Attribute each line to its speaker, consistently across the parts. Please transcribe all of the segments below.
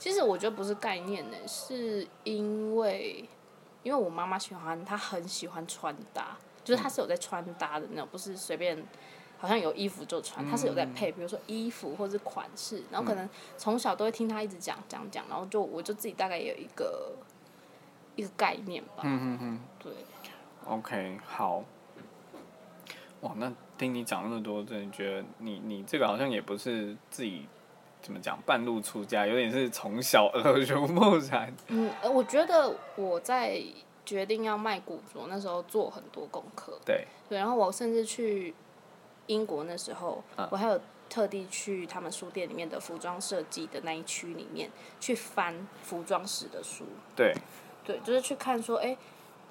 Speaker 1: 其实我觉得不是概念呢、是因为因为我妈妈喜欢，她很喜欢穿搭，就是她是有在穿搭的那种，不是随便。好像有衣服就穿，她是有在配，比如说衣服或者是款式，然后可能从小都会听她一直讲讲讲，然后就我就自己大概有一个一个概念吧，
Speaker 2: 嗯嗯嗯
Speaker 1: 对，
Speaker 2: ，OK，好。哇，那听你讲那么多，真的觉得你你这个好像也不是自己怎么讲半路出家，有点是从小耳濡目染。
Speaker 1: 嗯，呃我觉得我在决定要卖古着那时候做很多功课，
Speaker 2: 对，
Speaker 1: 对，然后我甚至去英国那时候，
Speaker 2: 嗯
Speaker 1: 我还有特地去他们书店里面的服装设计的那一区里面去翻服装史的书，
Speaker 2: 对，
Speaker 1: 对，就是去看说，哎、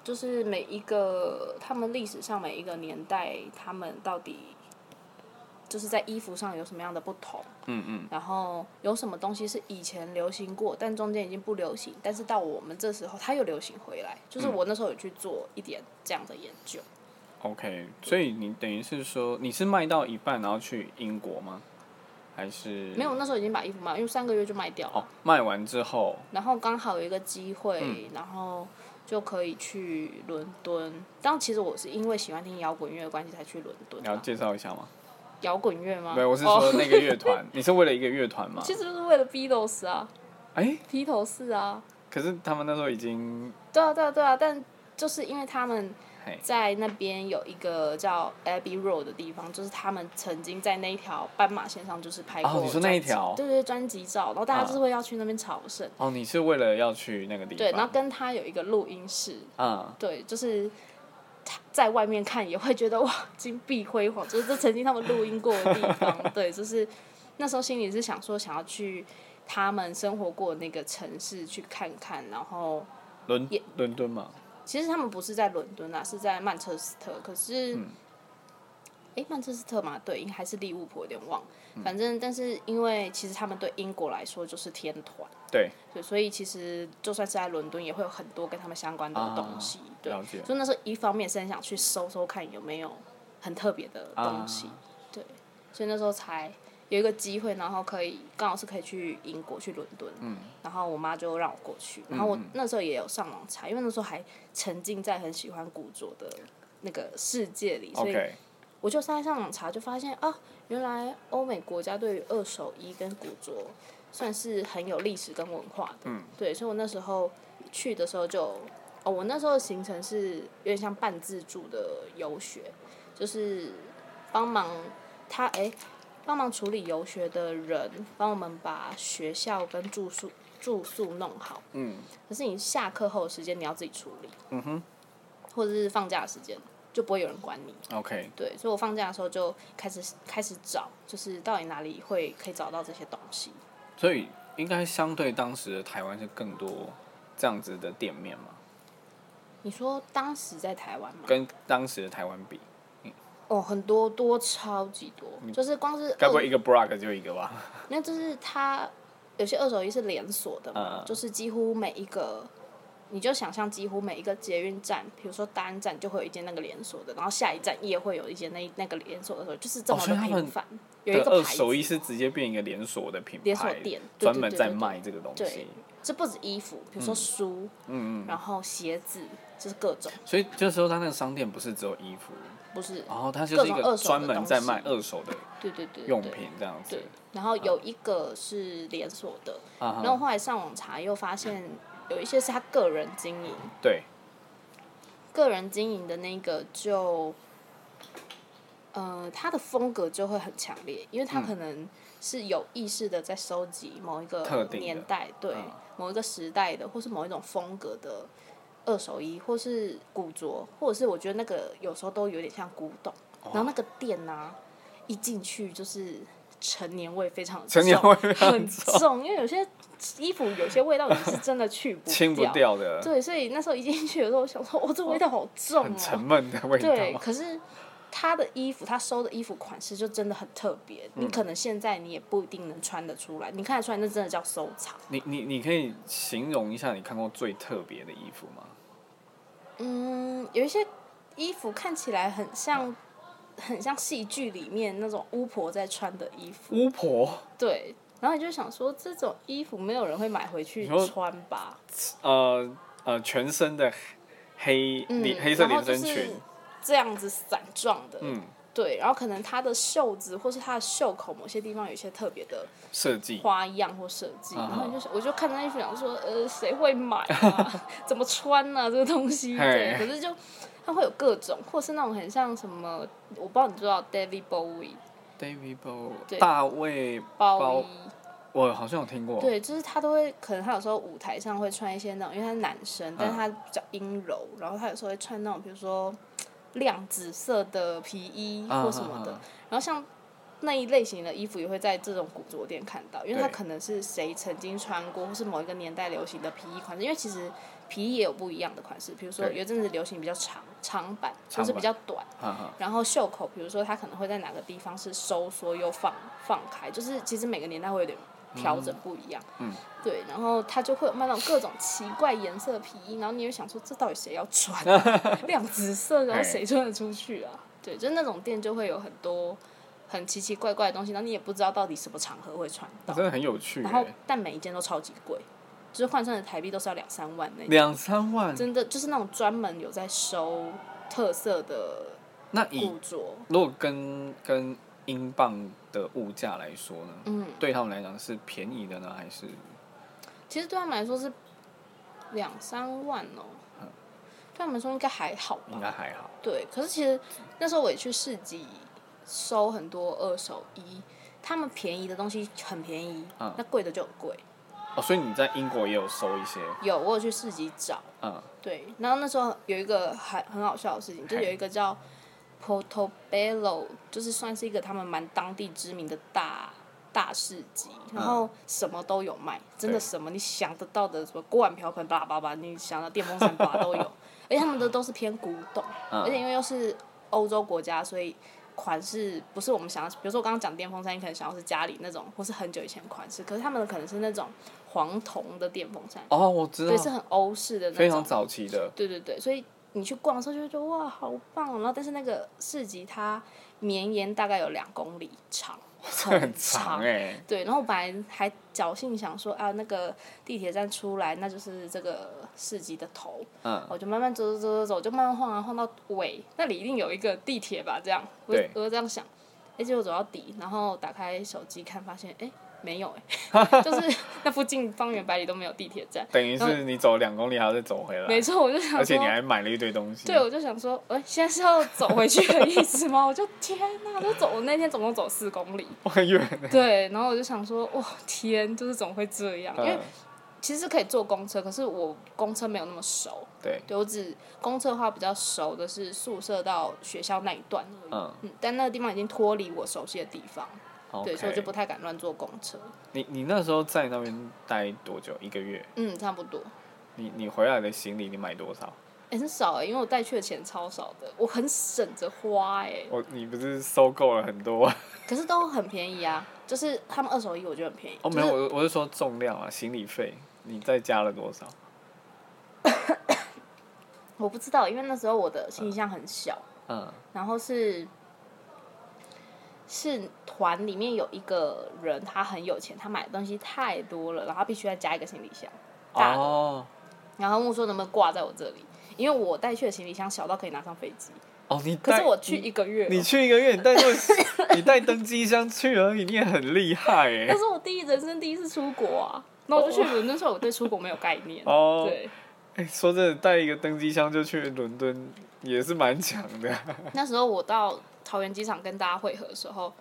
Speaker 1: 就是每一个他们历史上每一个年代，他们到底就是在衣服上有什么样的不同，
Speaker 2: 嗯嗯，
Speaker 1: 然后有什么东西是以前流行过，但中间已经不流行，但是到我们这时候它又流行回来，就是
Speaker 2: 嗯
Speaker 1: 我那时候有去做一点这样的研究。
Speaker 2: OK，所以你等于是说你是卖到一半，然后去英国吗？还是
Speaker 1: 没有，那时候已经把衣服卖，因为三个月就卖掉了。
Speaker 2: 哦，卖完之后，
Speaker 1: 然后刚好有一个机会，
Speaker 2: 嗯
Speaker 1: 然后就可以去伦敦。但其实我是因为喜欢听摇滚乐的关系才去伦敦
Speaker 2: 你要
Speaker 1: 的。
Speaker 2: 介绍一下吗？
Speaker 1: 摇滚乐吗？
Speaker 2: 对，我是
Speaker 1: 哦
Speaker 2: 说那个乐团，你是为了一个乐团吗？
Speaker 1: 其实就是为了 Beatles 啊，
Speaker 2: 哎、
Speaker 1: 披头士啊，
Speaker 2: 可是他们那时候已经，
Speaker 1: 对啊，对啊，对啊。但就是因为他们
Speaker 2: 嘿，
Speaker 1: 在那边有一个叫 Abbey Road 的地方，就是他们曾经在那一条斑马线上就是拍过
Speaker 2: 哦
Speaker 1: 专辑、
Speaker 2: 你说那一条
Speaker 1: 对对对，专辑照，然后大家
Speaker 2: 啊
Speaker 1: 就是会要去那边朝圣，
Speaker 2: 哦，你是为了要去那个地方？
Speaker 1: 对，然后跟他有一个录音室，
Speaker 2: 嗯，
Speaker 1: 对，就是他在外面看也会觉得哇，金碧辉煌，就是这曾经他们录音过的地方。对，就是那时候心里是想说，想要去他们生活过的那个城市去看看。然后，
Speaker 2: 伦
Speaker 1: 也
Speaker 2: 伦敦嘛，
Speaker 1: 其实他们不是在伦敦啊，是在曼彻斯特。可是，诶，曼彻斯特嘛，对，应还是利物浦，有点忘。反正，但是因为其实他们对英国来说就是天团。
Speaker 2: 对，
Speaker 1: 对，所以其实就算是在伦敦，也会有很多跟他们相关的东西。
Speaker 2: 啊
Speaker 1: 对
Speaker 2: 了解，
Speaker 1: 所以那时候一方面是很想去搜搜看有没有很特别的东西，
Speaker 2: 啊
Speaker 1: 对，所以那时候才有一个机会，然后可以刚好是可以去英国去伦敦，
Speaker 2: 嗯
Speaker 1: 然后我妈就让我过去，然后我那时候也有上网查，因为那时候还沉浸在很喜欢古着的那个世界里，所以
Speaker 2: ，OK，
Speaker 1: 我就在上网查，就发现啊，原来欧美国家对于二手衣跟古着算是很有历史跟文化的。
Speaker 2: 嗯
Speaker 1: 对，所以我那时候去的时候就，哦，我那时候的行程是有点像半自助的游学，就是帮忙他哎，帮、忙处理游学的人，帮我们把学校跟住宿住宿弄好。
Speaker 2: 嗯，
Speaker 1: 可是你下课后的时间你要自己处理，
Speaker 2: 嗯哼
Speaker 1: 或者是放假的时间就不会有人管你。
Speaker 2: ，OK，
Speaker 1: 对，所以我放假的时候就开始开始找，就是到底哪里会可以找到这些东西。
Speaker 2: 所以应该相对当时的台湾是更多这样子的店面嘛，
Speaker 1: 你说当时在台湾吗？
Speaker 2: 跟当时的台湾比，
Speaker 1: 哦，很多多超级多，就是光是
Speaker 2: 嗯该不会
Speaker 1: 二，
Speaker 2: 一个 block 就一个吧？
Speaker 1: 那就是它有些二手衣是连锁的嘛，
Speaker 2: 嗯
Speaker 1: 就是几乎每一个，你就想象几乎每一个捷运站，比如说大安站就会有一间那个连锁的，然后下一站也会有一间那那个连锁的二手衣，就是这
Speaker 2: 哦
Speaker 1: 么
Speaker 2: 所
Speaker 1: 的
Speaker 2: 以他们
Speaker 1: 频繁。有一
Speaker 2: 对，
Speaker 1: 个
Speaker 2: 二
Speaker 1: 牌
Speaker 2: 手衣
Speaker 1: 子，
Speaker 2: 是直接变一个连锁的品牌，
Speaker 1: 连锁店对
Speaker 2: 专
Speaker 1: 对
Speaker 2: 门
Speaker 1: 对
Speaker 2: 在
Speaker 1: 对对
Speaker 2: 卖这个东西
Speaker 1: 对。这不止衣服，比如说书，
Speaker 2: 嗯嗯，
Speaker 1: 然后鞋子，就是各种，
Speaker 2: 所以这时候他那个商店不是只有衣服，
Speaker 1: 不是
Speaker 2: 然后他就是一
Speaker 1: 各种
Speaker 2: 个
Speaker 1: 二手的
Speaker 2: 专门在
Speaker 1: 东西
Speaker 2: 卖二手的
Speaker 1: 对对对对
Speaker 2: 用
Speaker 1: 对
Speaker 2: 品这样子
Speaker 1: 对。，然后有一个是连锁的，
Speaker 2: 啊
Speaker 1: 然后
Speaker 2: 哈，
Speaker 1: 后来上网查又发现有一些是他个人经营，
Speaker 2: 对，
Speaker 1: 个人经营的那个就，呃，他的风格就会很强烈，因为他可能是有意识的在收集某一个
Speaker 2: 特定的
Speaker 1: 年代，对、
Speaker 2: 嗯
Speaker 1: 某一个时代的，或是某一种风格的二手衣，或是古着，或者是我觉得那个有时候都有点像古董，
Speaker 2: 哦
Speaker 1: 然后那个店呢、一进去就是。陈年味非常重
Speaker 2: 陈年味非常
Speaker 1: 很重，因为有些衣服有些味道你是真的去不
Speaker 2: 清不掉的，
Speaker 1: 对，所以那时候一进去的时候，我想说，哦，这味道好重
Speaker 2: 很沉
Speaker 1: 哦。
Speaker 2: 闷的味
Speaker 1: 对，
Speaker 2: 道。
Speaker 1: 可是他的衣服，他收的衣服款式就真的很特别，
Speaker 2: 嗯
Speaker 1: 你可能现在你也不一定能穿得出来，你看得出来那真的叫收藏。
Speaker 2: 你你你可以形容一下你看过最特别的衣服吗？
Speaker 1: 嗯，有一些衣服看起来很像，很像戏剧里面那种巫婆在穿的衣服，
Speaker 2: 巫婆
Speaker 1: 对，然后你就想说，这种衣服没有人会买回去
Speaker 2: 你说
Speaker 1: 穿吧？
Speaker 2: 呃呃，全身的黑
Speaker 1: 嗯
Speaker 2: 连、黑色
Speaker 1: 然后
Speaker 2: 连
Speaker 1: 就是
Speaker 2: 身裙，
Speaker 1: 这样子散状的，
Speaker 2: 嗯，
Speaker 1: 对，然后可能它的袖子或是它的袖口某些地方有一些特别的
Speaker 2: 设计
Speaker 1: 花样或设计，
Speaker 2: 啊哈
Speaker 1: 然后你就是我就看那衣服想说，呃，谁会买 啊？怎么穿呢、啊？这个东西，对，
Speaker 2: 嘿
Speaker 1: 可是就它会有各种，或是那种很像什么，我不知道你知道 David Bowie
Speaker 2: ，David Bowie，
Speaker 1: 对
Speaker 2: 大卫，
Speaker 1: 包衣，
Speaker 2: 我好像有听过，
Speaker 1: 对，就是他都会，可能他有时候舞台上会穿一些那种，因为他是男生，
Speaker 2: 嗯
Speaker 1: 但是他比较阴柔，然后他有时候会穿那种，比如说亮紫色的皮衣
Speaker 2: 啊
Speaker 1: 或什么的，
Speaker 2: 啊啊
Speaker 1: 然后像那一类型的衣服也会在这种古着店看到，因为它
Speaker 2: 对
Speaker 1: 可能是谁曾经穿过，或是某一个年代流行的皮衣款式，因为其实皮衣也有不一样的款式，比如说
Speaker 2: 对
Speaker 1: 有一阵子流行比较长长版，
Speaker 2: 长
Speaker 1: 就是比
Speaker 2: 版
Speaker 1: 较短。
Speaker 2: 哈哈，
Speaker 1: 然后袖口，比如说它可能会在哪个地方是收缩又放放开，就是其实每个年代会有点调整不一样。
Speaker 2: 嗯
Speaker 1: 对，然后它就会有卖那种各种奇怪颜色的皮衣，然后你也想说这到底谁要穿、 啊？亮紫色，然后谁穿得出去啊？对，就是那种店就会有很多很奇奇怪怪的东西，然后你也不知道到底什么场合会穿到，
Speaker 2: 真的很有趣、
Speaker 1: 然后
Speaker 2: 欸，
Speaker 1: 但每一件都超级贵，就是换算的台币都是要两三万那种，
Speaker 2: 两三万，
Speaker 1: 真的就是那种专门有在收特色的
Speaker 2: 那以
Speaker 1: 古着。
Speaker 2: 如果跟跟英镑的物价来说呢，
Speaker 1: 嗯，
Speaker 2: 对他们来讲是便宜的呢，还是
Speaker 1: 其实对他们来说是两三万哦、对他们来说应该还好吧？
Speaker 2: 应该还好？
Speaker 1: 对，可是其实那时候我也去市集收很多二手衣，他们便宜的东西很便宜，
Speaker 2: 嗯
Speaker 1: 那贵的就很贵。
Speaker 2: 哦，所以你在英国也有收一些，
Speaker 1: 有我有去市集找，
Speaker 2: 嗯，
Speaker 1: 对，然后那时候有一个还很好笑的事情，就
Speaker 2: 嘿
Speaker 1: 有一个叫 Portobello，就是算是一个他们蛮当地知名的大大市集，然后什么都有卖，真的
Speaker 2: 嗯对
Speaker 1: 什么你想得到的，什么锅碗瓢盆巴拉巴拉，你想到电风扇巴拉 都有，而且他们的都是偏古董，
Speaker 2: 嗯
Speaker 1: 而且因为又是欧洲国家，所以。款式不是我们想要，比如说我刚刚讲电风扇，你可能想要是家里那种，或是很久以前的款式，可是他们可能是那种黄铜的电风扇，
Speaker 2: 哦，我知
Speaker 1: 对，是
Speaker 2: 道，
Speaker 1: 很欧式的那种，
Speaker 2: 非常早期的，
Speaker 1: 对对对，所以你去逛的时候就会觉得哇，好棒、哦！然后但是那个市集它绵延大概有两公里长，
Speaker 2: 很
Speaker 1: 长
Speaker 2: 长哎、
Speaker 1: 对，然后我本来还侥幸想说啊，那个地铁站出来，那就是这个市集的头，
Speaker 2: 嗯，
Speaker 1: 我就慢慢走走走走走，就慢慢晃啊晃到尾，那里一定有一个地铁吧？这样，我就
Speaker 2: 对
Speaker 1: 我就这样想，哎，结果走到底，然后打开手机看，发现哎没有 哎，就是那附近方圆百里都没有地铁站，
Speaker 2: 等于是你走两公里还要再走回来
Speaker 1: 没，错，我就想说，
Speaker 2: 啊而且你还买了一堆东西，
Speaker 1: 对，我就想说，哎、现在是要走回去的意思吗？ 我就天哪，就走，我那天总共走四公里。
Speaker 2: 我很远欸
Speaker 1: 对，然后我就想说，哇，天，就是怎么会这样？因为
Speaker 2: 嗯，
Speaker 1: 其实可以坐公车，可是我公车没有那么熟，
Speaker 2: 对，
Speaker 1: 对我只公车的话比较熟的是宿舍到学校那一段而已。
Speaker 2: 嗯
Speaker 1: 嗯，但那个地方已经脱离我熟悉的地方，对，所以我就
Speaker 2: ，OK，
Speaker 1: 不太敢乱坐公车。
Speaker 2: 你你那时候在那边待多久？一个月？
Speaker 1: 嗯，差不多。
Speaker 2: 你你回来的行李你买多少？
Speaker 1: 哎、很少哎、因为我带去的钱超少的，我很省着花哎、
Speaker 2: 我你不是收购了很多？
Speaker 1: 可是都很便宜啊，就是他们二手衣我觉得很便宜。
Speaker 2: 哦，
Speaker 1: 就
Speaker 2: 没有，
Speaker 1: 是
Speaker 2: 我我是说重量啊，行李费，你再加了多少？
Speaker 1: 我不知道，因为那时候我的行李箱很小，
Speaker 2: 嗯，
Speaker 1: 然后是是团里面有一个人，他很有钱，他买的东西太多了，然后他必须要加一个行李箱大的，
Speaker 2: 哦
Speaker 1: 然后问我说能不能挂在我这里，因为我带去的行李箱小到可以拿上飞机，
Speaker 2: 哦，你
Speaker 1: 可
Speaker 2: 带
Speaker 1: 是我去一个月哦、
Speaker 2: 你去一个月，你带过你带登机箱去而已，你也很厉害
Speaker 1: 那
Speaker 2: 哎。
Speaker 1: 是我第一人生第一次出国啊，那我就去伦敦，时候我对出国没有概念，
Speaker 2: 哦
Speaker 1: 对。
Speaker 2: 哎，说真的，带一个登机箱就去伦敦也是蛮强的。
Speaker 1: 那时候我到桃园机场跟大家会合的时候，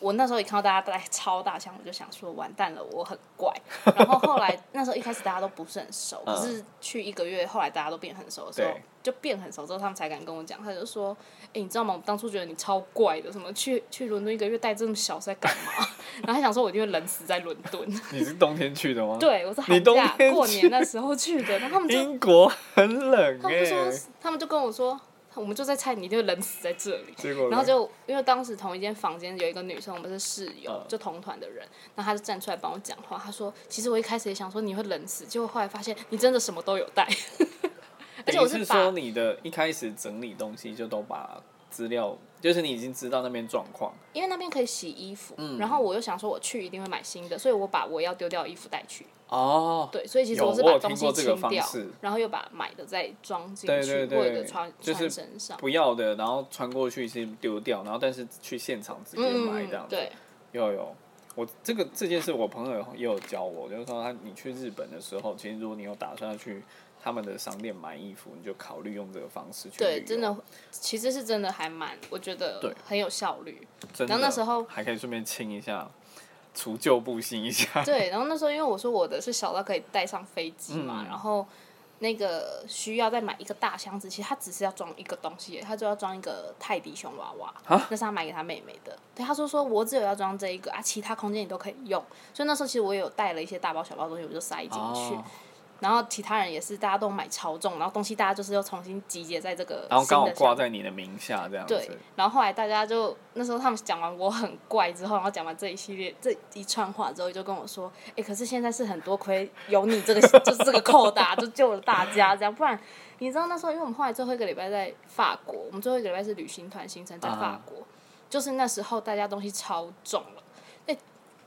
Speaker 1: 我那时候一看到大家带超大箱，我就想说完蛋了，我很怪。然后后 来那时候一开始大家都不是很熟，
Speaker 2: 嗯
Speaker 1: 可是去一个月，后来大家都变很熟的时候
Speaker 2: 对，
Speaker 1: 就变很熟之后，他们才敢跟我讲。他就说：“哎、你知道吗？我当初觉得你超怪的，什么去去伦敦一个月带这么小是在干嘛？” 然后还想说我一定会冷死在伦敦。
Speaker 2: 你是冬天去的吗？，
Speaker 1: 对，我是
Speaker 2: 你
Speaker 1: 寒
Speaker 2: 冬
Speaker 1: 假
Speaker 2: 天
Speaker 1: 过
Speaker 2: 去
Speaker 1: 年那时候去的，然后他们就
Speaker 2: 英国很冷
Speaker 1: 他们
Speaker 2: 哎
Speaker 1: 就。说，他们就跟我说，我们就在猜你一定会冷死在这里。
Speaker 2: 结果呢
Speaker 1: 然后就因为当时同一间房间有一个女生，我们是室友，
Speaker 2: 嗯
Speaker 1: 就同团的人，然后她就站出来帮我讲话。她说：“其实我一开始也想说你会冷死，结果后来发现你真的什么都有带，而且
Speaker 2: 等
Speaker 1: 我
Speaker 2: 哎于是
Speaker 1: 把
Speaker 2: 说你的一开始整理东西就都把资料，就是你已经知道那边状况，
Speaker 1: 因为那边可以洗衣服，
Speaker 2: 嗯
Speaker 1: 然后我又想说我去一定会买新的，所以我把我要丢掉的衣服带去。
Speaker 2: 哦，
Speaker 1: 对，所以其实
Speaker 2: 有
Speaker 1: 是
Speaker 2: 我
Speaker 1: 把
Speaker 2: 有
Speaker 1: 东
Speaker 2: 听
Speaker 1: 西
Speaker 2: 过这个
Speaker 1: 清
Speaker 2: 方
Speaker 1: 掉
Speaker 2: 式，
Speaker 1: 然后又把买的再装进
Speaker 2: 对
Speaker 1: 去，
Speaker 2: 对对
Speaker 1: 或者穿
Speaker 2: 就是
Speaker 1: 穿身上。
Speaker 2: 不要的，然后穿过去是丢掉，然后但是去现场直接买这样
Speaker 1: 嗯，
Speaker 2: 子。
Speaker 1: 对，
Speaker 2: 有有，我这个这件事我朋友也有教我，就是说他你去日本的时候，其实如果你有打算要去他们的商店买衣服，你就考虑用这个方式去旅
Speaker 1: 对，
Speaker 2: 游
Speaker 1: 真的，其实是真的还蛮，我觉
Speaker 2: 对
Speaker 1: 得很有效率。
Speaker 2: 真的。
Speaker 1: 然后那时候
Speaker 2: 还可以顺便清一下，除旧布新一 下。
Speaker 1: 对，然后那时候因为我说我的是小到可以带上飞机嘛，
Speaker 2: 嗯
Speaker 1: 然后那个需要再买一个大箱子，其实他只是要装一个东西，他就要装一个泰迪熊娃娃，那是他买给他妹妹的。对，他说说我只有要装这一个啊，其他空间你都可以用。所以那时候其实我也有带了一些大包小包的东西，我就塞进去。
Speaker 2: 哦
Speaker 1: 然后其他人也是，大家都买超重，然后东西大家就是又重新集结在这个
Speaker 2: 然后刚好
Speaker 1: 新的箱
Speaker 2: 挂在你的名下这样
Speaker 1: 对
Speaker 2: 子。，
Speaker 1: 然后后来大家就那时候他们讲完我很怪之后，然后讲完这一系列这一串话之后，就跟我说：“哎、可是现在是很多亏有你这个 就是这个扣打、就救了大家这样，不然你知道那时候，因为我们后来最后一个礼拜在法国，我们最后一个礼拜是旅行团行程在法
Speaker 2: 啊
Speaker 1: 国，就是那时候大家东西超重了，哎、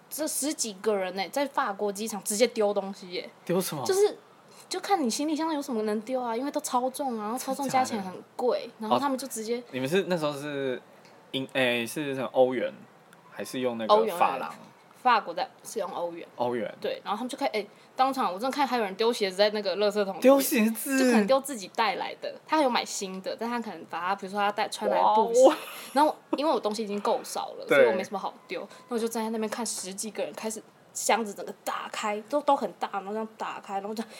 Speaker 1: 这十几个人呢、在法国机场直接丢东西耶、
Speaker 2: 丢什么？
Speaker 1: 就是就看你行李箱有什么能丢啊，因为都超重啊，然后超重
Speaker 2: 真的
Speaker 1: 加
Speaker 2: 假的哦
Speaker 1: 起来很贵，然后他们就直接。
Speaker 2: 你们是那时候是英诶、是什么欧元，还是用那
Speaker 1: 欧
Speaker 2: 个
Speaker 1: 元
Speaker 2: 法郎？
Speaker 1: 法国在是用欧元，
Speaker 2: 欧元
Speaker 1: 对，然后他们就开哎、当场我真的看还有人丢鞋子在那个垃圾桶里
Speaker 2: 丢
Speaker 1: 面，
Speaker 2: 鞋
Speaker 1: 就可
Speaker 2: 子
Speaker 1: 能，丢自己带来的，他还有买新的，但他可能把他比如说他带穿来的
Speaker 2: 哇
Speaker 1: 布鞋，然后因为我东西已经够少了，所以
Speaker 2: 对
Speaker 1: 我没什么好丢，那我就站在那边看十几个人开始箱子整个打开，都都很大，然后这样打开，然后这样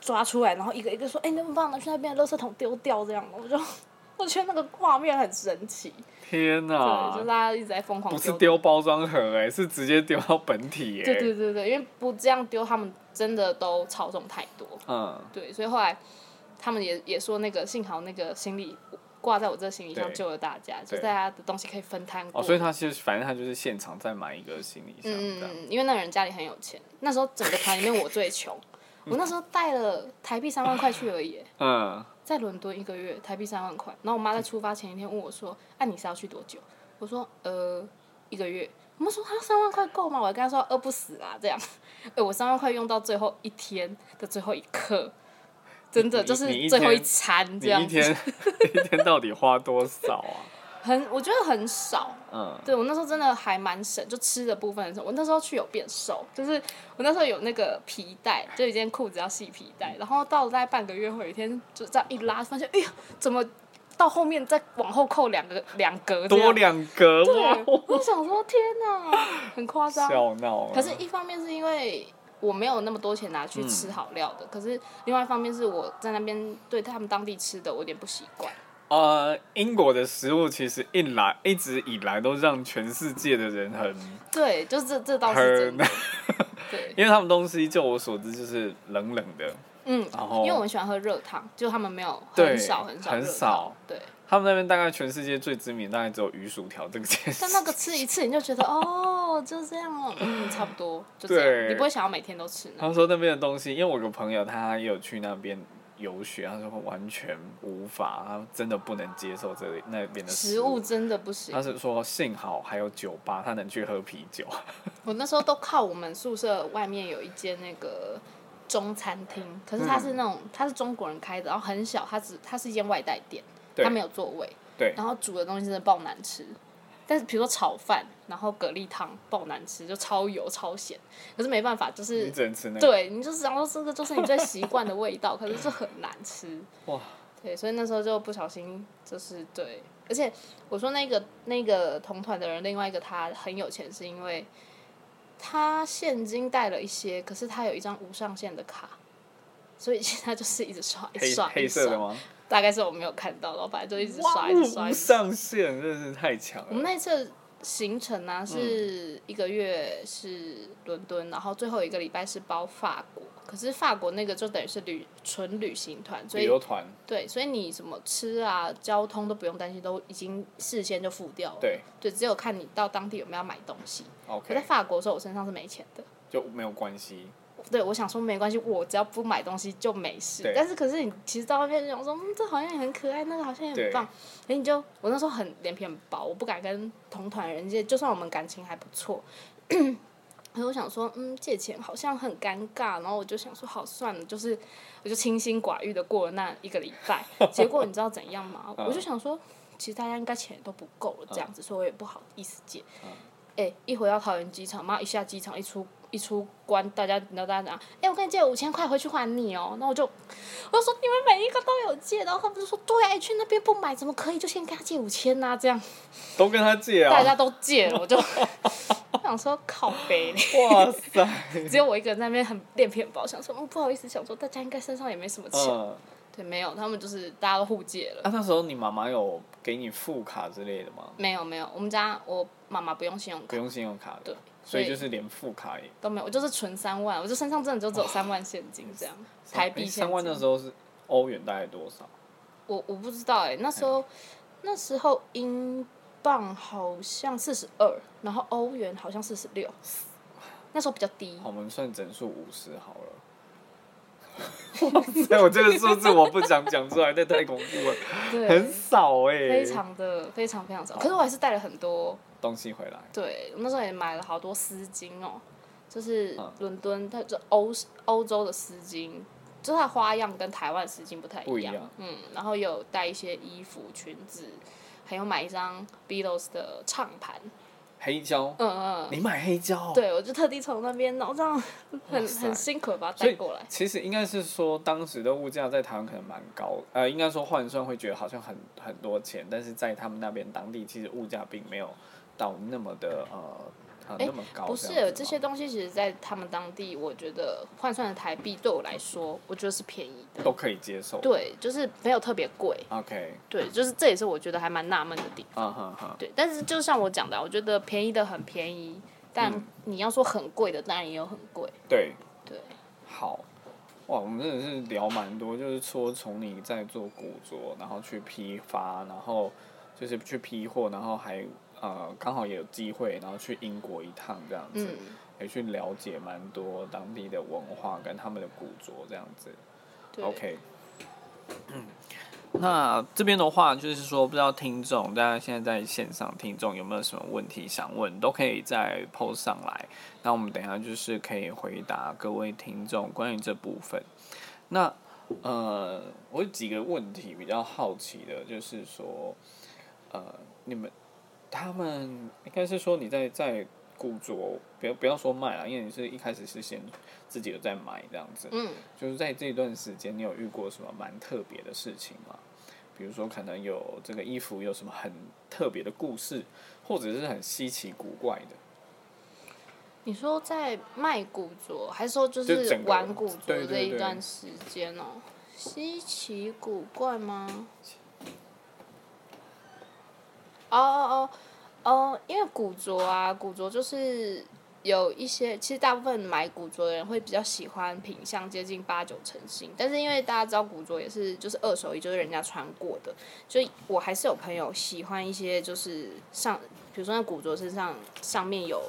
Speaker 1: 抓出来，然后一个一个说，哎、你们帮我拿去那边的垃圾桶丢掉这样，我就我觉得那个画面很神奇，
Speaker 2: 天哪、
Speaker 1: 对，就大家一直在疯狂
Speaker 2: 不是
Speaker 1: 丢
Speaker 2: 丢包装盒哎、是直接丢到本体哎、
Speaker 1: 对对对对，因为不这样丢，他们真的都操纵太多。
Speaker 2: 嗯，
Speaker 1: 对，所以后来他们也也说，那个幸好那个行李挂在我这行李箱
Speaker 2: 对
Speaker 1: 救了大家，就
Speaker 2: 对
Speaker 1: 大家的东西可以分摊过。
Speaker 2: 哦，所以他其实反正他就是现场再买一个行李
Speaker 1: 嗯
Speaker 2: 箱
Speaker 1: 嗯
Speaker 2: 这样，
Speaker 1: 嗯，因为那个人家里很有钱，那时候整个团里面我最穷，我那时候带了台币三万块去而已耶，
Speaker 2: 嗯，
Speaker 1: 在伦敦一个月台币三万块。然后我妈在出发前一天问我说：“哎、你是要去多久？”我说：“呃，一个月。”我们说：“啊，三万块够吗？”我还跟她说：“饿不死啊，这样。 哎，我三万块用到最后一天的最后一刻，真的
Speaker 2: 你
Speaker 1: 就是
Speaker 2: 你一
Speaker 1: 最后一
Speaker 2: 天
Speaker 1: 餐
Speaker 2: 你
Speaker 1: 这样
Speaker 2: 一
Speaker 1: 子，
Speaker 2: 天 一天到底花多少啊？
Speaker 1: 很我觉得很少。
Speaker 2: 嗯，
Speaker 1: 对我那时候真的还蛮省，就吃的部分的时候，我那时候去有变瘦，就是我那时候有那个皮带，就一件裤子要系皮带，然后到了大概半个月后，有一天就这样一拉，发现哎呀，怎么到后面再往后扣两个两格这样
Speaker 2: 多两格
Speaker 1: 对
Speaker 2: 哇，，
Speaker 1: 我想说天哪，很夸张。
Speaker 2: 笑闹了。
Speaker 1: 可是，一方面是因为我没有那么多钱拿去
Speaker 2: 嗯
Speaker 1: 吃好料的，可是另外一方面是我在那边对他们当地吃的我有点不习惯。
Speaker 2: 呃，英国的食物其实一来一直以来都让全世界的人很
Speaker 1: 对，就是这这倒是真
Speaker 2: 很
Speaker 1: 的。对，
Speaker 2: 因为他们东西，就我所知，就是冷冷的。
Speaker 1: 嗯，
Speaker 2: 然后
Speaker 1: 因为我们喜欢喝热汤，就他们没有
Speaker 2: 对
Speaker 1: 很少很少
Speaker 2: 很
Speaker 1: 热汤
Speaker 2: 少
Speaker 1: 对。
Speaker 2: 他们那边大概全世界最知名，大概只有鱼薯条这个件事
Speaker 1: 但。那个吃一次你就觉得哦，就这样了，嗯，差不多就这
Speaker 2: 对
Speaker 1: 样，你不会想要每天都吃呢。
Speaker 2: 他说那边的东西，因为我有个朋友他也有去那边游学，他说完全无法，他真的不能接受这里那边的
Speaker 1: 食物
Speaker 2: 物。
Speaker 1: 真的不行
Speaker 2: 他，是说幸好还有酒吧，他能去喝啤酒。
Speaker 1: 我那时候都靠我们宿舍外面有一间那个中餐厅，可是它是那种
Speaker 2: 嗯
Speaker 1: 它是中国人开的，然后很小，它只它是一间外带店，
Speaker 2: 对
Speaker 1: 它没有座位，
Speaker 2: 对，
Speaker 1: 然后煮的东西真的爆难吃。但是比如说炒饭，然后蛤蜊汤爆难吃，就超油超咸，可是没办法，就是
Speaker 2: 你只能吃那个。
Speaker 1: 对，你就想说这个就是你最习惯的味道，可是这很难吃。
Speaker 2: 哇，
Speaker 1: 对，所以那时候就不小心，就是对，而且我说那个那个同团的人，另外一个他很有钱，是因为他现金带了一些，可是他有一张无上限的卡，所以现在就是一直刷，一直
Speaker 2: 黑
Speaker 1: 刷，一
Speaker 2: 黑
Speaker 1: 直
Speaker 2: 色的
Speaker 1: 刷。
Speaker 2: 吗？
Speaker 1: 大概是我没有看到，老板就一直
Speaker 2: 哇，
Speaker 1: 刷，一直刷，
Speaker 2: 无
Speaker 1: 一直刷。
Speaker 2: 上限真的是太强
Speaker 1: 我们
Speaker 2: 了。
Speaker 1: 那一次行程呢、是一个月是伦敦，然后最后一个礼拜是包法国。可是法国那个就等于是旅纯旅行团，所
Speaker 2: 旅
Speaker 1: 以
Speaker 2: 游团，
Speaker 1: 对，所以你什么吃啊、交通都不用担心，都已经事先就付掉了。
Speaker 2: 对
Speaker 1: 只有看你到当地有没有要买东西。我在
Speaker 2: ，OK，
Speaker 1: 法国的时候，我身上是没钱的，
Speaker 2: 就没有关系。
Speaker 1: 对，我想说没关系，我只要不买东西就没事
Speaker 2: 对。
Speaker 1: 但是可是你其实到外面就想说，嗯，这好像也很可爱，那个好像也很棒。哎，你就我那时候很脸皮很薄，我不敢跟同团人借，就算我们感情还不错。 可是我想说，嗯，借钱好像很尴尬，然后我就想说，好算了，就是我就清心寡欲的过了那一个礼拜。结果你知道怎样吗？我就想说，其实大家应该钱都不够了，这样子，所以我也不好意思借。哎、一回到桃园机场，妈一下机场一出一出关，大家你知道大家讲，哎、我跟你借五千块回去还你哦、那我就我就说你们每一个都有借，然后他们就说对啊，哎去那边不买怎么可以？就先跟他借五千呐，这样
Speaker 2: 哦都跟他借
Speaker 1: 大
Speaker 2: 啊！
Speaker 1: 家都借了，我就 我想说靠背，
Speaker 2: 哇塞，
Speaker 1: 只有我一个人在那边很脸皮很薄，想说嗯不好意思，想说大家应该身上也没什么钱，
Speaker 2: 嗯，
Speaker 1: 对，没有，他们就是大家都互借了。
Speaker 2: 啊，那时候你妈妈有给你副卡之类的吗？
Speaker 1: 没有没有，我们家我妈妈不用信用
Speaker 2: 不
Speaker 1: 卡，
Speaker 2: 用信用卡的，
Speaker 1: 对
Speaker 2: 所
Speaker 1: 所
Speaker 2: 以
Speaker 1: 以
Speaker 2: 就是连副卡也
Speaker 1: 都没有，我就是存三万，我就身上真的就只有三万现金这样，台币
Speaker 2: 诶
Speaker 1: 现
Speaker 2: 哎三万
Speaker 1: 金
Speaker 2: 那时候是欧元大概多少？
Speaker 1: 我我不知道哎、那时
Speaker 2: 嗯
Speaker 1: 候那时候英镑好像四十二，然后欧元好像四十六，那时候比较低
Speaker 2: 好，。我们算整数五十好了。哇塞， 我这个数字我不想讲出来，那太恐怖了，很
Speaker 1: 对，
Speaker 2: 少哎、
Speaker 1: 非常的非常非常少。可是我还是带了很多，
Speaker 2: 东西回来，
Speaker 1: 对，我那时候也买了好多丝巾哦、就是
Speaker 2: 嗯
Speaker 1: 伦敦它就欧欧洲的丝巾。就是它花样跟台湾的丝巾不太
Speaker 2: 不
Speaker 1: 一
Speaker 2: 一
Speaker 1: 样，
Speaker 2: 样
Speaker 1: 嗯，然后有带一些衣服、裙子，还有买一张 Beatles 的唱盘，
Speaker 2: 黑胶，
Speaker 1: 嗯嗯，
Speaker 2: 你买黑胶、哦？
Speaker 1: 对，我就特地从那边，然后这样 很
Speaker 2: 塞
Speaker 1: 很辛苦地把它
Speaker 2: 所
Speaker 1: 带
Speaker 2: 以
Speaker 1: 过来。
Speaker 2: 其实应该是说，当时的物价在台湾可能蛮高，呃，应该说换算会觉得好像很很多钱，但是在他们那边当地，其实物价并没有到那么的呃，呃
Speaker 1: 诶
Speaker 2: 那么高。
Speaker 1: 不
Speaker 2: 样子
Speaker 1: 是
Speaker 2: 吗
Speaker 1: 这些东西，其实在他们当地，我觉得换算成台币对我来说，我觉得是便宜的。
Speaker 2: 都可以接受。
Speaker 1: 对，就是没有特别贵。
Speaker 2: OK，
Speaker 1: 对，就是这也是我觉得还蛮纳闷的地方。
Speaker 2: 啊哈哈，
Speaker 1: 对，但是就像我讲的啊，我觉得便宜的很便宜，但
Speaker 2: 嗯
Speaker 1: 你要说很贵的，当然也有很贵。
Speaker 2: 对，
Speaker 1: 对，
Speaker 2: 好，哇，我们真的是聊蛮多，就是说从你在做古着，然后去批发，然后就是去批货，然后还呃刚好也有机会，然后去英国一趟这样子，
Speaker 1: 嗯，
Speaker 2: 也去了解蛮多当地的文化跟他们的古着这样子。
Speaker 1: 对
Speaker 2: OK，嗯，那这边的话就是说，不知道听众大家现在在线上听众有没有什么问题想问，都可以再 PO 上来。那我们等一下就是可以回答各位听众关于这部分。那呃，我有几个问题比较好奇的，就是说，呃，你们他们应该是说你在在古着，不要不要说卖了，因为你是一开始是先自己有在买这样子，
Speaker 1: 嗯，
Speaker 2: 就是在这段时间，你有遇过什么蛮特别的事情吗？比如说，可能有这个衣服有什么很特别的故事，或者是很稀奇古怪的，
Speaker 1: 你说在卖古着，还是说就
Speaker 2: 就是整个
Speaker 1: 玩古着
Speaker 2: 对对
Speaker 1: 这一
Speaker 2: 对
Speaker 1: 段时间哦、稀奇古怪吗？哦哦哦哦，因为古着啊，古着就是有一些，其实大部分买古着的人会比较喜欢品相接近八九成新，但是因为大家知道古着也是就是二手衣，就是人家穿过的，所以我还是有朋友喜欢一些就是上，比如说那古着身上上面有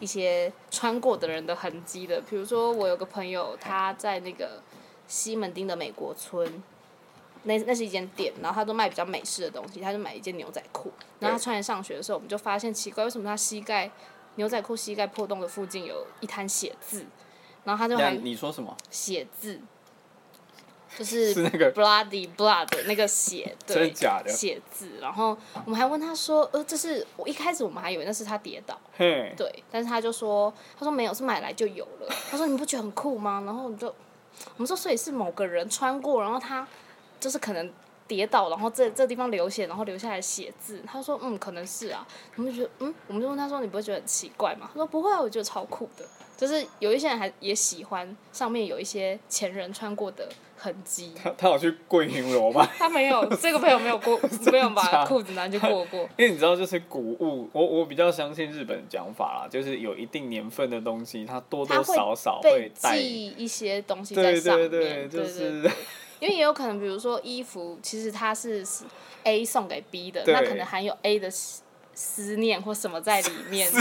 Speaker 1: 一些穿过的人的痕迹的，比如说我有个朋友他在那个西门町的美国村。那那是一间店，然后他都卖比较美式的东西，他就买一件牛仔裤，然后他
Speaker 2: 对
Speaker 1: 穿着上学的时候，我们就发现奇怪，为什么他膝盖牛仔裤膝盖破洞的附近有一滩血渍，然后他就
Speaker 2: 那
Speaker 1: 还
Speaker 2: 你说什么？
Speaker 1: 血渍，就是是
Speaker 2: 那个
Speaker 1: bloody blood 的那个血，对，
Speaker 2: 真的假的
Speaker 1: 血渍。然后我们还问他说，呃，这是我一开始我们还以为那是他跌倒，
Speaker 2: 嘿，
Speaker 1: 对，但是他就说，他说没有，是买来就有了。他说你不觉得很酷吗？然后我们就，我们说所以是某个人穿过，然后他就是可能跌倒，然后这这地方流血，然后留下来血渍。他说嗯，可能是啊。我们就觉得嗯，我们就问他说你不会觉得很奇怪吗？他说不会啊，我觉得超酷的。就是有一些人还也喜欢上面有一些前人穿过的痕迹。
Speaker 2: 他他有去跪巡逻吗？
Speaker 1: 他没有，这个朋友没有过，没有把裤子拿去过 过。
Speaker 2: 因为你知道，就是古物，我我比较相信日本的讲法啦，就是有一定年份的东西，它多多
Speaker 1: 它会
Speaker 2: 少少
Speaker 1: 被
Speaker 2: 会带，
Speaker 1: 记一些东西在
Speaker 2: 对
Speaker 1: 上
Speaker 2: 对
Speaker 1: 面，
Speaker 2: 对，就
Speaker 1: 对
Speaker 2: 是
Speaker 1: 因为也有可能，比如说衣服，其实它是 A 送给 B 的，
Speaker 2: 对
Speaker 1: 那可能含有 A 的思思念或什么在里面。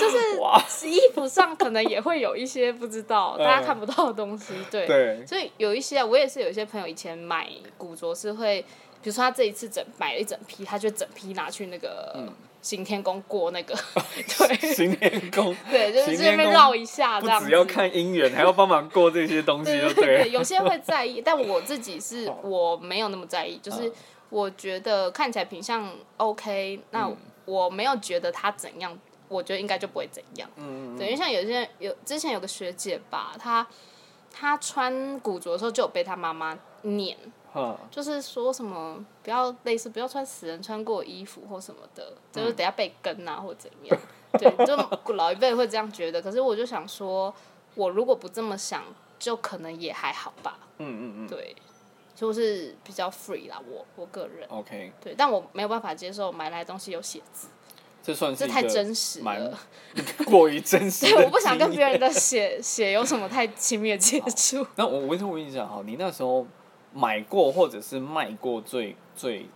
Speaker 1: 就是衣服上可能也会有一些不知道
Speaker 2: 嗯
Speaker 1: 大家看不到的东西，对。
Speaker 2: 对，
Speaker 1: 所以有一些啊我也是有一些朋友以前买古着是会，比如说他这一次整买了一整批，他就整批拿去那
Speaker 2: 嗯
Speaker 1: 个行天宫过那个，对
Speaker 2: 行天 宫
Speaker 1: 对，就是
Speaker 2: 行
Speaker 1: 这
Speaker 2: 天
Speaker 1: 边
Speaker 2: 宫
Speaker 1: 绕一下
Speaker 2: 不
Speaker 1: 这样子。
Speaker 2: 只要看姻缘，还要帮忙过这些东西，
Speaker 1: 对
Speaker 2: 就
Speaker 1: 对对，
Speaker 2: 对了。
Speaker 1: 有些会在意，但我自己是
Speaker 2: 哦
Speaker 1: 我没有那么在意，就是
Speaker 2: 嗯
Speaker 1: 我觉得看起来品相 OK，那
Speaker 2: 嗯
Speaker 1: 我没有觉得它怎样，我觉得应该就不会怎样。
Speaker 2: 嗯，
Speaker 1: 对，因为像有些人有之前有个学姐吧，她她穿古着的时候就有被她妈妈念，
Speaker 2: 嗯
Speaker 1: 就是说什么不要类似不要穿死人穿过的衣服或什么的，就是
Speaker 2: 嗯
Speaker 1: 等下被跟啊或怎么样。对，就老一辈会这样觉得。可是我就想说，我如果不这么想，就可能也还好吧。
Speaker 2: 嗯嗯嗯
Speaker 1: 对，就是比较 free 啦，我我个人。
Speaker 2: ，OK，
Speaker 1: 对，但我没有办法接受买来的东西有写字，
Speaker 2: 这算是
Speaker 1: 这
Speaker 2: 一
Speaker 1: 太
Speaker 2: 个
Speaker 1: 真 实了
Speaker 2: 蛮。 过于 真实的
Speaker 1: 对，我不想
Speaker 2: 经
Speaker 1: 跟
Speaker 2: 验
Speaker 1: 别人的血血有什么太亲密的接 触。
Speaker 2: 那我问问一下哈，你那时候买过或者是卖过最最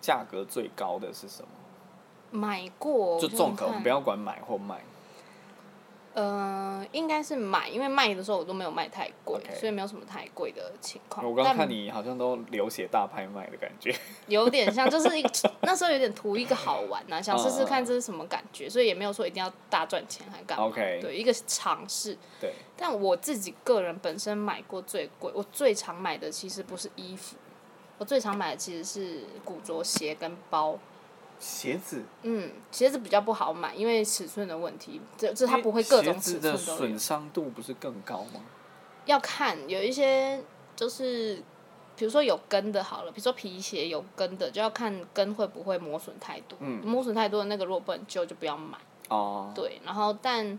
Speaker 2: 价格最高的是什么？
Speaker 1: 买过，
Speaker 2: 就综合，我
Speaker 1: 我
Speaker 2: 们不要管买或卖。
Speaker 1: 嗯、应该是买，因为卖的时候我都没有卖太贵
Speaker 2: OK
Speaker 1: 所以没有什么太贵的情况。
Speaker 2: 我刚刚
Speaker 1: 但
Speaker 2: 看你好像都流血大拍卖的感 觉。
Speaker 1: 有点像，就是一 那时候有点图一个好玩呐、想试试
Speaker 2: 嗯
Speaker 1: 看这是什么感觉，所以也没有说一定要大赚钱还干嘛。
Speaker 2: OK
Speaker 1: 对，一个尝试。
Speaker 2: 对，
Speaker 1: 但我自己个人本身买过最贵，我最常买的其实不是衣服，我最常买的其实是古着鞋跟包。
Speaker 2: 鞋子，
Speaker 1: 嗯，鞋子比较不好买，因为尺寸的问题，就就
Speaker 2: 就
Speaker 1: 它不会各种尺
Speaker 2: 的
Speaker 1: 寸都有
Speaker 2: 损。伤度不是更高吗？
Speaker 1: 要看有一些就是，比如说有跟的好了，比如说皮鞋有跟的，就要看跟会不会磨损太多。
Speaker 2: 嗯
Speaker 1: 磨损太多的那个如果不能救就不要买。
Speaker 2: 哦、
Speaker 1: 对，然后但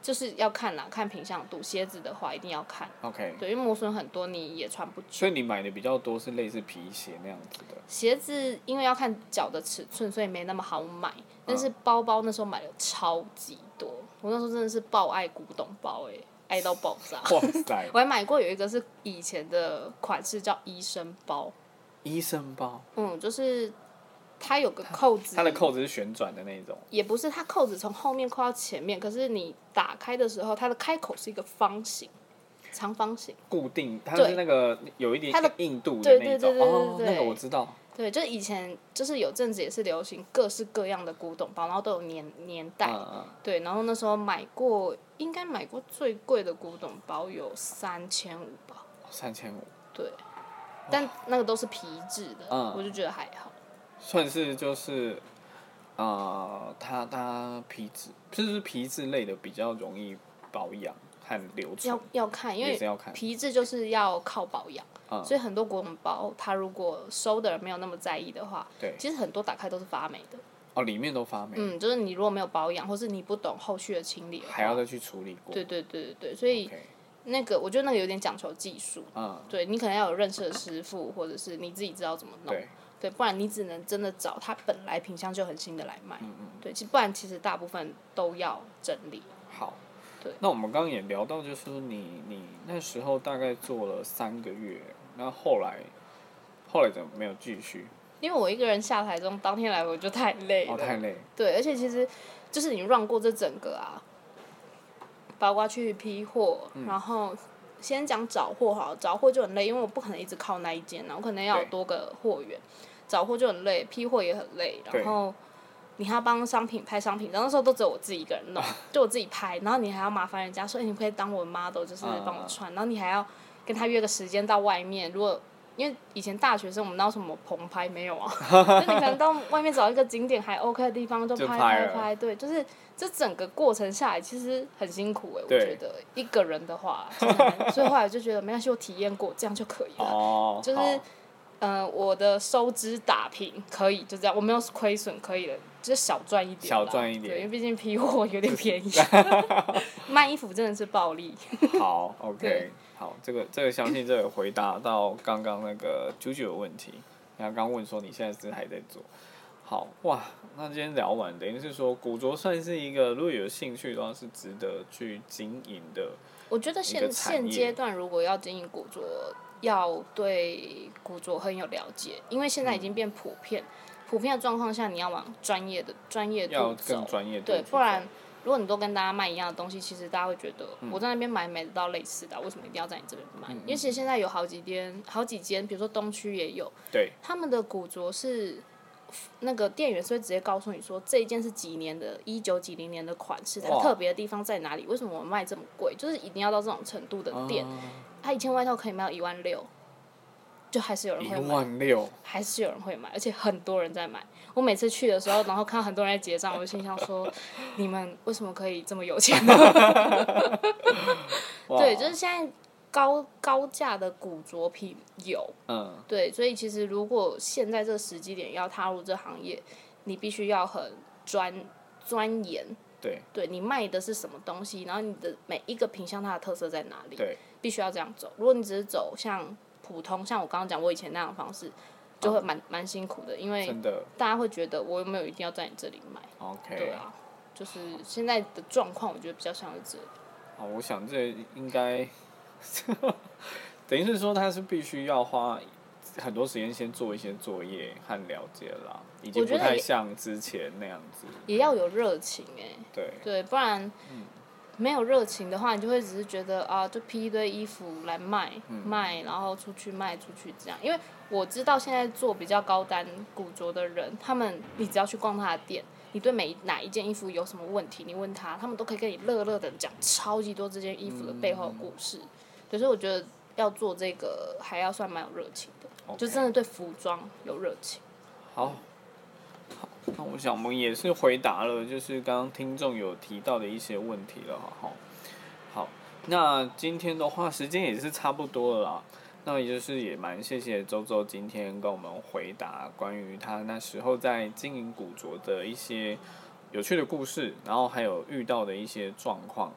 Speaker 1: 就是要看啦，看品相度。鞋子的话一定要看，
Speaker 2: o k
Speaker 1: 对，因为磨损很多你也穿不久。
Speaker 2: 所以你买的比较多是类似皮鞋那样子的。
Speaker 1: 鞋子因为要看脚的尺寸，所以没那么好买。但是包包那时候买了超级多，我那时候真的是爆爱古董包哎、爱到爆炸。
Speaker 2: 哇 塞，
Speaker 1: 我还买过有一个是以前的款式叫医生包，
Speaker 2: 医生包，
Speaker 1: 嗯，就是它有个扣子，
Speaker 2: 它的扣子是旋转的那种。
Speaker 1: 也不是它扣子从后面扣到前面，可是你打开的时候，它的开口是一个方形，长方形。
Speaker 2: 固定，它
Speaker 1: 对
Speaker 2: 是那个有一点
Speaker 1: 它的
Speaker 2: 硬度
Speaker 1: 对对
Speaker 2: 那种
Speaker 1: 对对对
Speaker 2: 哦，
Speaker 1: 对
Speaker 2: 那个我知道，
Speaker 1: 对，就是以前就是有阵子也是流行各式各样的古董包，然后都有年年代。
Speaker 2: 嗯嗯，
Speaker 1: 对，然后那时候买过，应该买过最贵的古董包有三千五吧。
Speaker 2: 三千五，
Speaker 1: 对，但那个都是皮质的，
Speaker 2: 嗯
Speaker 1: 我就觉得还好。
Speaker 2: 算是就是，呃，它它皮质就是皮质类的比较容易保养和留
Speaker 1: 要
Speaker 2: 存，
Speaker 1: 要看，因
Speaker 2: 也
Speaker 1: 为
Speaker 2: 是要看
Speaker 1: 皮质就是要靠保养，
Speaker 2: 嗯
Speaker 1: 所以很多古董包，它如果收的人没有那么在意的话，
Speaker 2: 对
Speaker 1: 其实很多打开都是发霉的。
Speaker 2: 哦，里面都发霉，
Speaker 1: 嗯，就是你如果没有保养，或是你不懂后续的清理的话，
Speaker 2: 还要再去处理过。
Speaker 1: 对对对对对，所以
Speaker 2: OK，
Speaker 1: 那个我觉得那个有点讲求技术，
Speaker 2: 嗯，
Speaker 1: 对你可能要有认识的师傅，或者是你自己知道怎么弄，
Speaker 2: 对，
Speaker 1: 对不然你只能真的找他本来品相就很新的来
Speaker 2: 嗯
Speaker 1: 卖，对，其不然其实大部分都要整理，
Speaker 2: 好。
Speaker 1: 对
Speaker 2: 那我们刚刚也聊到，就是你你那时候大概做了三个月，那后来后来怎么没有继续？
Speaker 1: 因为我一个人下台中，当天来回就太累了，
Speaker 2: 哦，太累，
Speaker 1: 对，而且其实就是你 run 过这整个啊，包括去批货，
Speaker 2: 嗯
Speaker 1: 然后先讲找货好了，找货就很累，因为我不可能一直靠那一间啊，我可能要有
Speaker 2: 对
Speaker 1: 多个货源，找货就很累，批货也很累，然
Speaker 2: 对
Speaker 1: 后。你还要帮商品拍商品，然后那时候都只有我自己一个人 弄，就我自己拍，然后你还要麻烦人家说，哎、你可以当我的 model，就是帮我
Speaker 2: 嗯
Speaker 1: 穿，然后你还要跟他约个时间到外面，如果因为以前大学生我们哪有什么棚拍没 有啊，就你可能到外面找一个景点还 OK 的地方就
Speaker 2: 就
Speaker 1: 拍
Speaker 2: 拍
Speaker 1: 拍
Speaker 2: 了
Speaker 1: 拍，对，就是这整个过程下来其实很辛苦哎、我
Speaker 2: 对
Speaker 1: 觉得一个人的话， 真的很所以后来我就觉得没关系，我体验过这样就可以了。
Speaker 2: 哦，
Speaker 1: 就是
Speaker 2: 好
Speaker 1: 嗯，我的收支打平可以，就这样，我没有亏损，可以了，就是小赚一点啦，
Speaker 2: 小赚一点
Speaker 1: 对，因为毕竟批货有点 便宜，卖衣服真的是暴利。
Speaker 2: 好，OK，
Speaker 1: 对
Speaker 2: 好，这个这个相信这有回答到刚刚那个啾啾的问题，然后刚问说你现在是不是还在做？好哇，那今天聊完，等于是说古着算是一个，如果有兴趣的话是值得去经营的。
Speaker 1: 我觉得
Speaker 2: 一
Speaker 1: 现
Speaker 2: 个产
Speaker 1: 现
Speaker 2: 业
Speaker 1: 阶段如果要经营古着，要对古着很有了解，因为现在已
Speaker 2: 嗯
Speaker 1: 经变普遍，普遍的状况下，你要往专业的专业
Speaker 2: 要
Speaker 1: 度
Speaker 2: 更
Speaker 1: 走，
Speaker 2: 专业度
Speaker 1: 对，
Speaker 2: 去
Speaker 1: 不然如果你都跟大家卖一样的东西，其实大家会觉得
Speaker 2: 嗯
Speaker 1: 我在那边买买得到类似的啊，为什么一定要在你这边买？因为
Speaker 2: 嗯
Speaker 1: 其实现在有好几间、好几间，比如说东区也有，
Speaker 2: 对，
Speaker 1: 他们的古着是那个店员是会直接告诉你说这一件是几年的，一九几零年的款式，它
Speaker 2: 哇
Speaker 1: 特别的地方在哪里？为什么我卖这么贵？就是一定要到这种程度的店，
Speaker 2: 啊
Speaker 1: 它一件外套可以卖到一万六，就还是有人
Speaker 2: 一
Speaker 1: 会买。
Speaker 2: 万六，
Speaker 1: 还是有人会买，而且很多人在买。我每次去的时候，然后看到很多人在结账，我就心想说：你们为什么可以这么有钱呢？
Speaker 2: 哇
Speaker 1: 对，就是现在高高价的古着品有，
Speaker 2: 嗯，
Speaker 1: 对，所以其实如果现在这个时机点要踏入这行业，你必须要很专钻研，
Speaker 2: 对
Speaker 1: 对你卖的是什么东西，然后你的每一个品相它的特色在哪里，
Speaker 2: 对，
Speaker 1: 必须要这样走。如果你只是走像普通，像我刚刚讲我以前那样的方式，就会蛮蛮辛苦的，因为
Speaker 2: 嗯真的
Speaker 1: 大家会觉得我有没有一定要在你这里买？对
Speaker 2: ，OK，
Speaker 1: 啊，就是现在的状况，我觉得比较像是这样。
Speaker 2: 好，啊我想这应该，等于是说他是必须要花很多时间先做一些作业和了解啦，已经
Speaker 1: 我觉
Speaker 2: 不
Speaker 1: 得
Speaker 2: 太
Speaker 1: 也
Speaker 2: 像之前那样子，
Speaker 1: 也要有热情哎、
Speaker 2: 对，
Speaker 1: 对，不然没有热情的话，你就会只是觉得啊，就批一堆衣服来卖、卖，然后出去卖出去这样。因为我知道现在做比较高单古着的人，他们你只要去逛他的店，你对每哪一件衣服有什么问题，你问他，他们都可以跟你乐乐的讲超级多这件衣服的背后的故事。可是我觉得要做这个，还要算蛮有热情的
Speaker 2: OK
Speaker 1: 就真的对服装有热情。
Speaker 2: 好，好，那我想我们也是回答了，就是刚刚听众有提到的一些问题了，哈。好，那今天的话时间也是差不多了啦，那也就是也蛮谢谢周周今天跟我们回答关于他那时候在经营古着的一些有趣的故事，然后还有遇到的一些状况。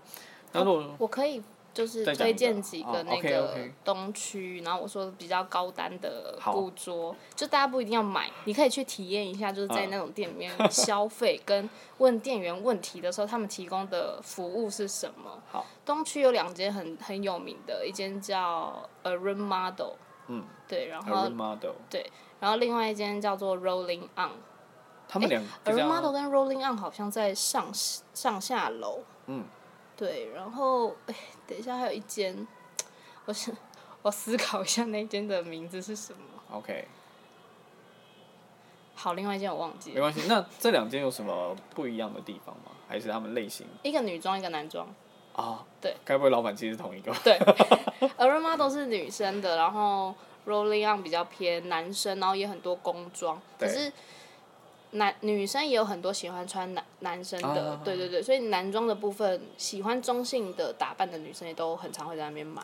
Speaker 2: 那如果、
Speaker 1: 我可以就是
Speaker 2: 嗯再讲一
Speaker 1: 推
Speaker 2: 个
Speaker 1: 荐几个
Speaker 2: 哦
Speaker 1: 那个
Speaker 2: ，OK，OK
Speaker 1: 东区，然后我说比较高单的
Speaker 2: 好
Speaker 1: 古着，就大家不一定要买，你可以去体验一下，就是在
Speaker 2: 嗯
Speaker 1: 那种店里面 消费跟问店员问题的时候，他们提供的服务是什么。
Speaker 2: 好，
Speaker 1: 东区有两间很很有名的，一间叫 a r o n Model，
Speaker 2: 嗯，
Speaker 1: 对，然
Speaker 2: a r
Speaker 1: 后
Speaker 2: e model，
Speaker 1: 然后另外一间叫做 Rolling On。
Speaker 2: 他们两
Speaker 1: 而
Speaker 2: 个这
Speaker 1: Model
Speaker 2: 样
Speaker 1: 跟 Rolling On 好像在上上下楼。
Speaker 2: 嗯。
Speaker 1: 对，然后哎，等一下还有一间，我想 我思考一下那间的名字是什么。
Speaker 2: ，OK，
Speaker 1: 好，另外一间我忘记
Speaker 2: 没
Speaker 1: 了，
Speaker 2: 关系。那这两间有什么不一样的地方吗？还是他们类型？
Speaker 1: 一个女装，一个男装。
Speaker 2: 啊，
Speaker 1: 对，
Speaker 2: 该不会老板其实是同一个吧？
Speaker 1: 对 a r o m a 都是女生的，然后 Rolling On 比较偏男生，然后也很多工装，可
Speaker 2: 对
Speaker 1: 是。男女生也有很多喜欢穿男男生的，
Speaker 2: 啊
Speaker 1: 对对对，所以男装的部分，喜欢中性的打扮的女生也都很常会在那边买。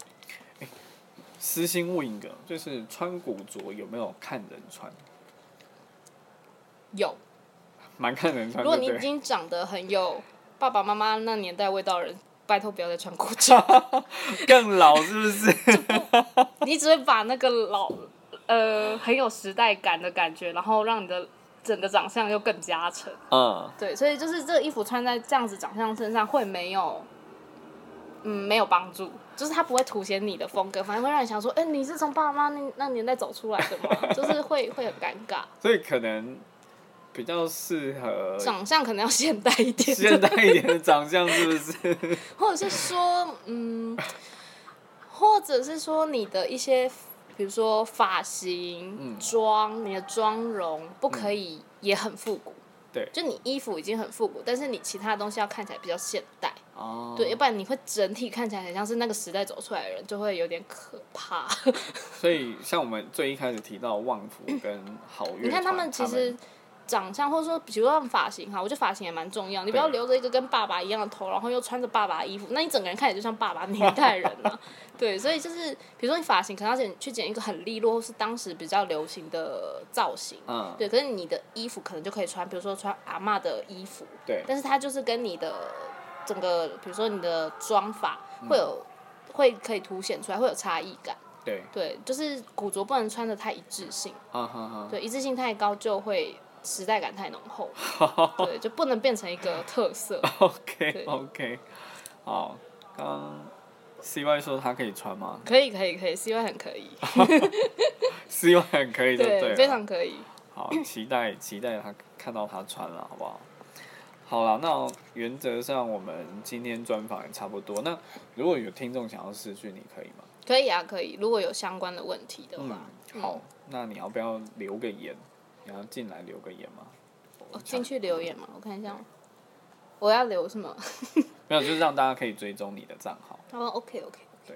Speaker 2: 私心问一个，就是穿古着有没有看人穿？
Speaker 1: 有，
Speaker 2: 蛮看人穿，
Speaker 1: 如果
Speaker 2: 对
Speaker 1: 你
Speaker 2: 不
Speaker 1: 已
Speaker 2: 对？
Speaker 1: 经长得很有爸爸妈妈那年代味道的人，拜托不要再穿裤 衩，
Speaker 2: 更老是不 是？
Speaker 1: 你只会把那个老呃很有时代感的感觉，然后让你的整个长相又更加沉。
Speaker 2: 嗯，
Speaker 1: 对，所以就是这个衣服穿在这样子长相身上会没有。嗯，没有帮助，就是它不会凸显你的风格，反而会让你想说，哎、你是从爸爸妈妈那那年代走出来的吗？就是会会很尴 尬，
Speaker 2: 所以可能比较适合
Speaker 1: 长相可能要现代一点，
Speaker 2: 现代一点的长相，是 不是？
Speaker 1: 或者是说，嗯，或者是说你的一些，比如说发
Speaker 2: 嗯
Speaker 1: 型、妆、你的妆容不可以也很复古。
Speaker 2: 对
Speaker 1: 就你衣服已经很复古，但是你其他的东西要看起来比较现代，
Speaker 2: 哦，
Speaker 1: 对，要，不然你会整体看起来很像是那个时代走出来的人，就会有点可怕。
Speaker 2: 所以像我们最一开始提到旺福跟好乐团，
Speaker 1: 你看
Speaker 2: 他
Speaker 1: 他们其实长相，或者说比如说发型哈，我觉得发型也蛮重要。你不要留着一个跟爸爸一样的头，然后又穿着爸爸的衣服，那你整个人看起来就像爸爸年代人了、对，所以就是比如说你发型可能要剪去剪一个很利落，或是当时比较流行的造型。
Speaker 2: 嗯，
Speaker 1: 对，可是你的衣服可能就可以穿，比如说穿阿嬷的衣服，
Speaker 2: 对，
Speaker 1: 但是它就是跟你的整个，比如说你的妆法会有、会可以凸显出来，会有差异感。
Speaker 2: 对，
Speaker 1: 对，就是古着不能穿的太一致性。
Speaker 2: 啊哈哈，
Speaker 1: 对，一致性太高就会时代感太浓 厚，对，就不能变成一个特色。
Speaker 2: OK
Speaker 1: 对
Speaker 2: OK，好，刚 CY 说他可以穿吗
Speaker 1: 可以，可以，可以，C Y 很可以，
Speaker 2: ？CY 很可以就
Speaker 1: 对，
Speaker 2: 了
Speaker 1: 非常可以。
Speaker 2: 好，期待期待他看到他穿了，好不好？好了，那原则上我们今天专访也差不多。那如果有听众想要私讯，你可以吗？
Speaker 1: 可以啊，可以。如果有相关的问题的话，哦
Speaker 2: 嗯，好，那你要不要留个言？你要进来留个言吗？
Speaker 1: 哦进、去留言嘛，我看一下哦，我要留什么？ 哦
Speaker 2: 没有，就是让大家可以追踪你的账号。
Speaker 1: 他说 OK OK，
Speaker 2: 对，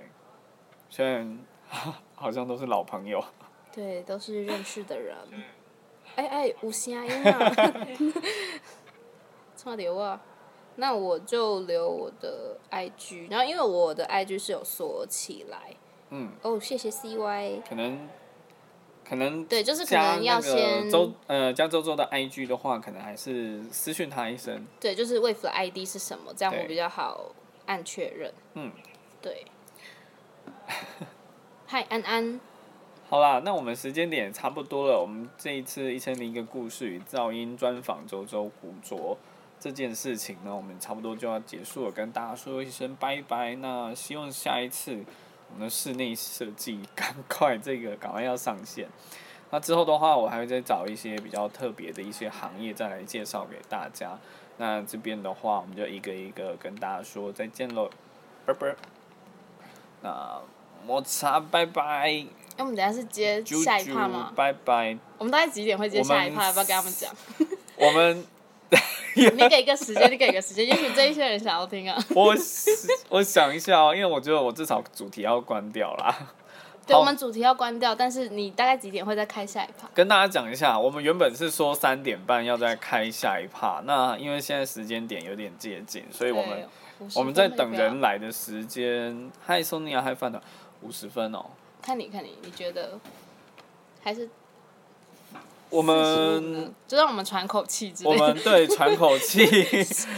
Speaker 2: 虽然 好像都是老朋友。
Speaker 1: 对，都是认识的人。哎哎，有声音啊！差点啊！那我就留我的 IG，然后因为我的 IG 是有锁起来。
Speaker 2: 嗯。
Speaker 1: 哦，谢谢 CY。
Speaker 2: 可能，可能
Speaker 1: 对，就是可
Speaker 2: 加
Speaker 1: 能
Speaker 2: 那
Speaker 1: 要
Speaker 2: 个
Speaker 1: 先
Speaker 2: 周呃加周周的 IG 的话，可能还是私讯他一声。
Speaker 1: 对，就是 Wave 的 ID 是什么，这样
Speaker 2: 对
Speaker 1: 我比较好按确认。
Speaker 2: 嗯，
Speaker 1: 对。 嗨，安安，
Speaker 2: 好啦，那我们时间点也差不多了。我们这一次《一千零一个故事》与噪音专访周周古着这件事情呢，我们差不多就要结束了，跟大家说一声拜拜。那希望下一次我们的室内设计赶快这个赶快要上线。那之后的话，我还会再找一些比较特别的一些行业再来介绍给大家。那这边的话，我们就一个一个跟大家说再见喽，拜拜。那摩擦，拜拜。
Speaker 1: 那我们等一下是接
Speaker 2: 啾
Speaker 1: 下一趴
Speaker 2: 啾
Speaker 1: 吗，？
Speaker 2: 拜拜。
Speaker 1: 我们大概几点会接
Speaker 2: 我
Speaker 1: 下一
Speaker 2: 们
Speaker 1: 趴？要不要跟他们讲？
Speaker 2: 我们
Speaker 1: 你给一个时间，你给一个时间，也许这一些人想要听 啊。
Speaker 2: 我我想一下哦，因为我觉得我至少主题要关掉啦。
Speaker 1: 对，
Speaker 2: 好
Speaker 1: 我们主题要关掉，但是你大概几点会再开下一趴？
Speaker 2: 跟大家讲一下，我们原本是说三点半要再开下一趴，那因为现在时间点有点接近，所以我们
Speaker 1: 对
Speaker 2: 我们在等。
Speaker 1: 50分
Speaker 2: 人
Speaker 1: 要
Speaker 2: 来的时间。嗨，索尼亚，嗨，饭团，五十分哦。
Speaker 1: 看你看你，你觉得还是
Speaker 2: 我
Speaker 1: 45
Speaker 2: 们
Speaker 1: 呢就让我们喘口气之
Speaker 2: 我
Speaker 1: 类的，
Speaker 2: 们对喘口气。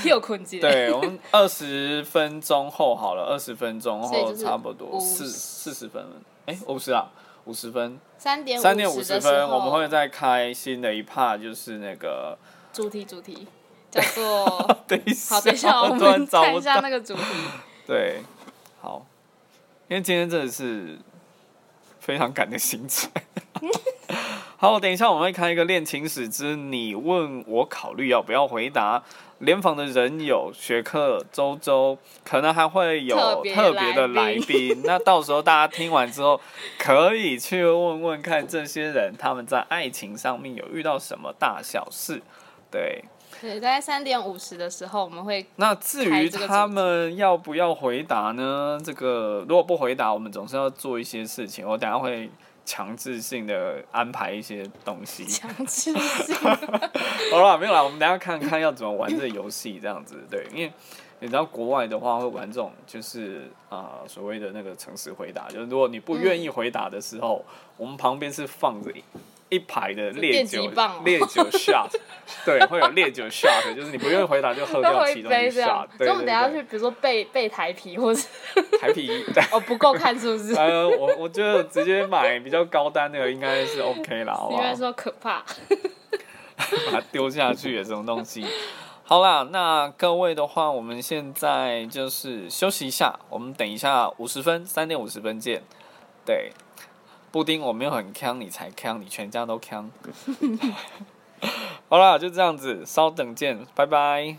Speaker 1: 又困境。，
Speaker 2: 对我们二十分钟后好了，二十分钟
Speaker 1: 所以
Speaker 2: 后
Speaker 1: 就是
Speaker 2: 差不多
Speaker 1: 50
Speaker 2: 四四十分，哎、五十啊，五十分，
Speaker 1: 三点
Speaker 2: 三点
Speaker 1: 哎五
Speaker 2: 五
Speaker 1: 十
Speaker 2: 十
Speaker 1: 的时
Speaker 2: 分，
Speaker 1: 候
Speaker 2: 我们会再开新的一 part，就是那个，
Speaker 1: 主题主题叫 做
Speaker 2: 等一下，
Speaker 1: 好，等一下我
Speaker 2: 我突然
Speaker 1: 们
Speaker 2: 找
Speaker 1: 看
Speaker 2: 不
Speaker 1: 一下
Speaker 2: 到，
Speaker 1: 那个主题。
Speaker 2: 对，好，因为今天真的是非常赶的行程。 好，等一下我们会开一个恋情史之你问我考虑要不要回答。联访的人有学克、周周，可能还会有
Speaker 1: 特别
Speaker 2: 特别的来
Speaker 1: 来
Speaker 2: 宾。 那到时候大家听完之后，可以去问问看这些人他们在爱情上面有遇到什么大小事。对，
Speaker 1: 对，大概三点五十的时候，我们 会
Speaker 2: 那至
Speaker 1: 开
Speaker 2: 于
Speaker 1: 这个
Speaker 2: 他
Speaker 1: 主
Speaker 2: 们要不要回答呢？这个如果不回答，我们总是要做一些事情。我等下会强制性的安排一些东西。
Speaker 1: 强制性。
Speaker 2: 好了，没有啦，我们等下看看要怎么玩这个游戏，这样子对，因为你知道国外的话会玩这种，就是啊、呃所谓的那个诚实回答，就是如果你不愿意回答的时候，
Speaker 1: 嗯
Speaker 2: 我们旁边是放着一一排的烈
Speaker 1: 电
Speaker 2: 酒、
Speaker 1: 击棒哦
Speaker 2: 烈酒 shot，对，会有烈酒 shot，就是你不愿意回答就喝
Speaker 1: 都
Speaker 2: 掉
Speaker 1: 会
Speaker 2: 其中
Speaker 1: 背
Speaker 2: 一
Speaker 1: 这样
Speaker 2: shot，，
Speaker 1: 所
Speaker 2: 对
Speaker 1: 以我们等一下
Speaker 2: 对
Speaker 1: 去，
Speaker 2: 对，
Speaker 1: 比如说背背台皮，或是
Speaker 2: 台啤。
Speaker 1: 哦不够看是不是？
Speaker 2: 呃，我我觉得直接买比较高单那个应该是 OK 啦，好不
Speaker 1: 你
Speaker 2: 好？
Speaker 1: 们说可怕，
Speaker 2: 把它丢下去也这种东西。好啦，那各位的话，我们现在就是休息一下，我们等一下五十分，三点五十分见。对，布丁我没有很坑，你才坑，你全 家都坑。好啦，就这样子，稍等见，拜拜。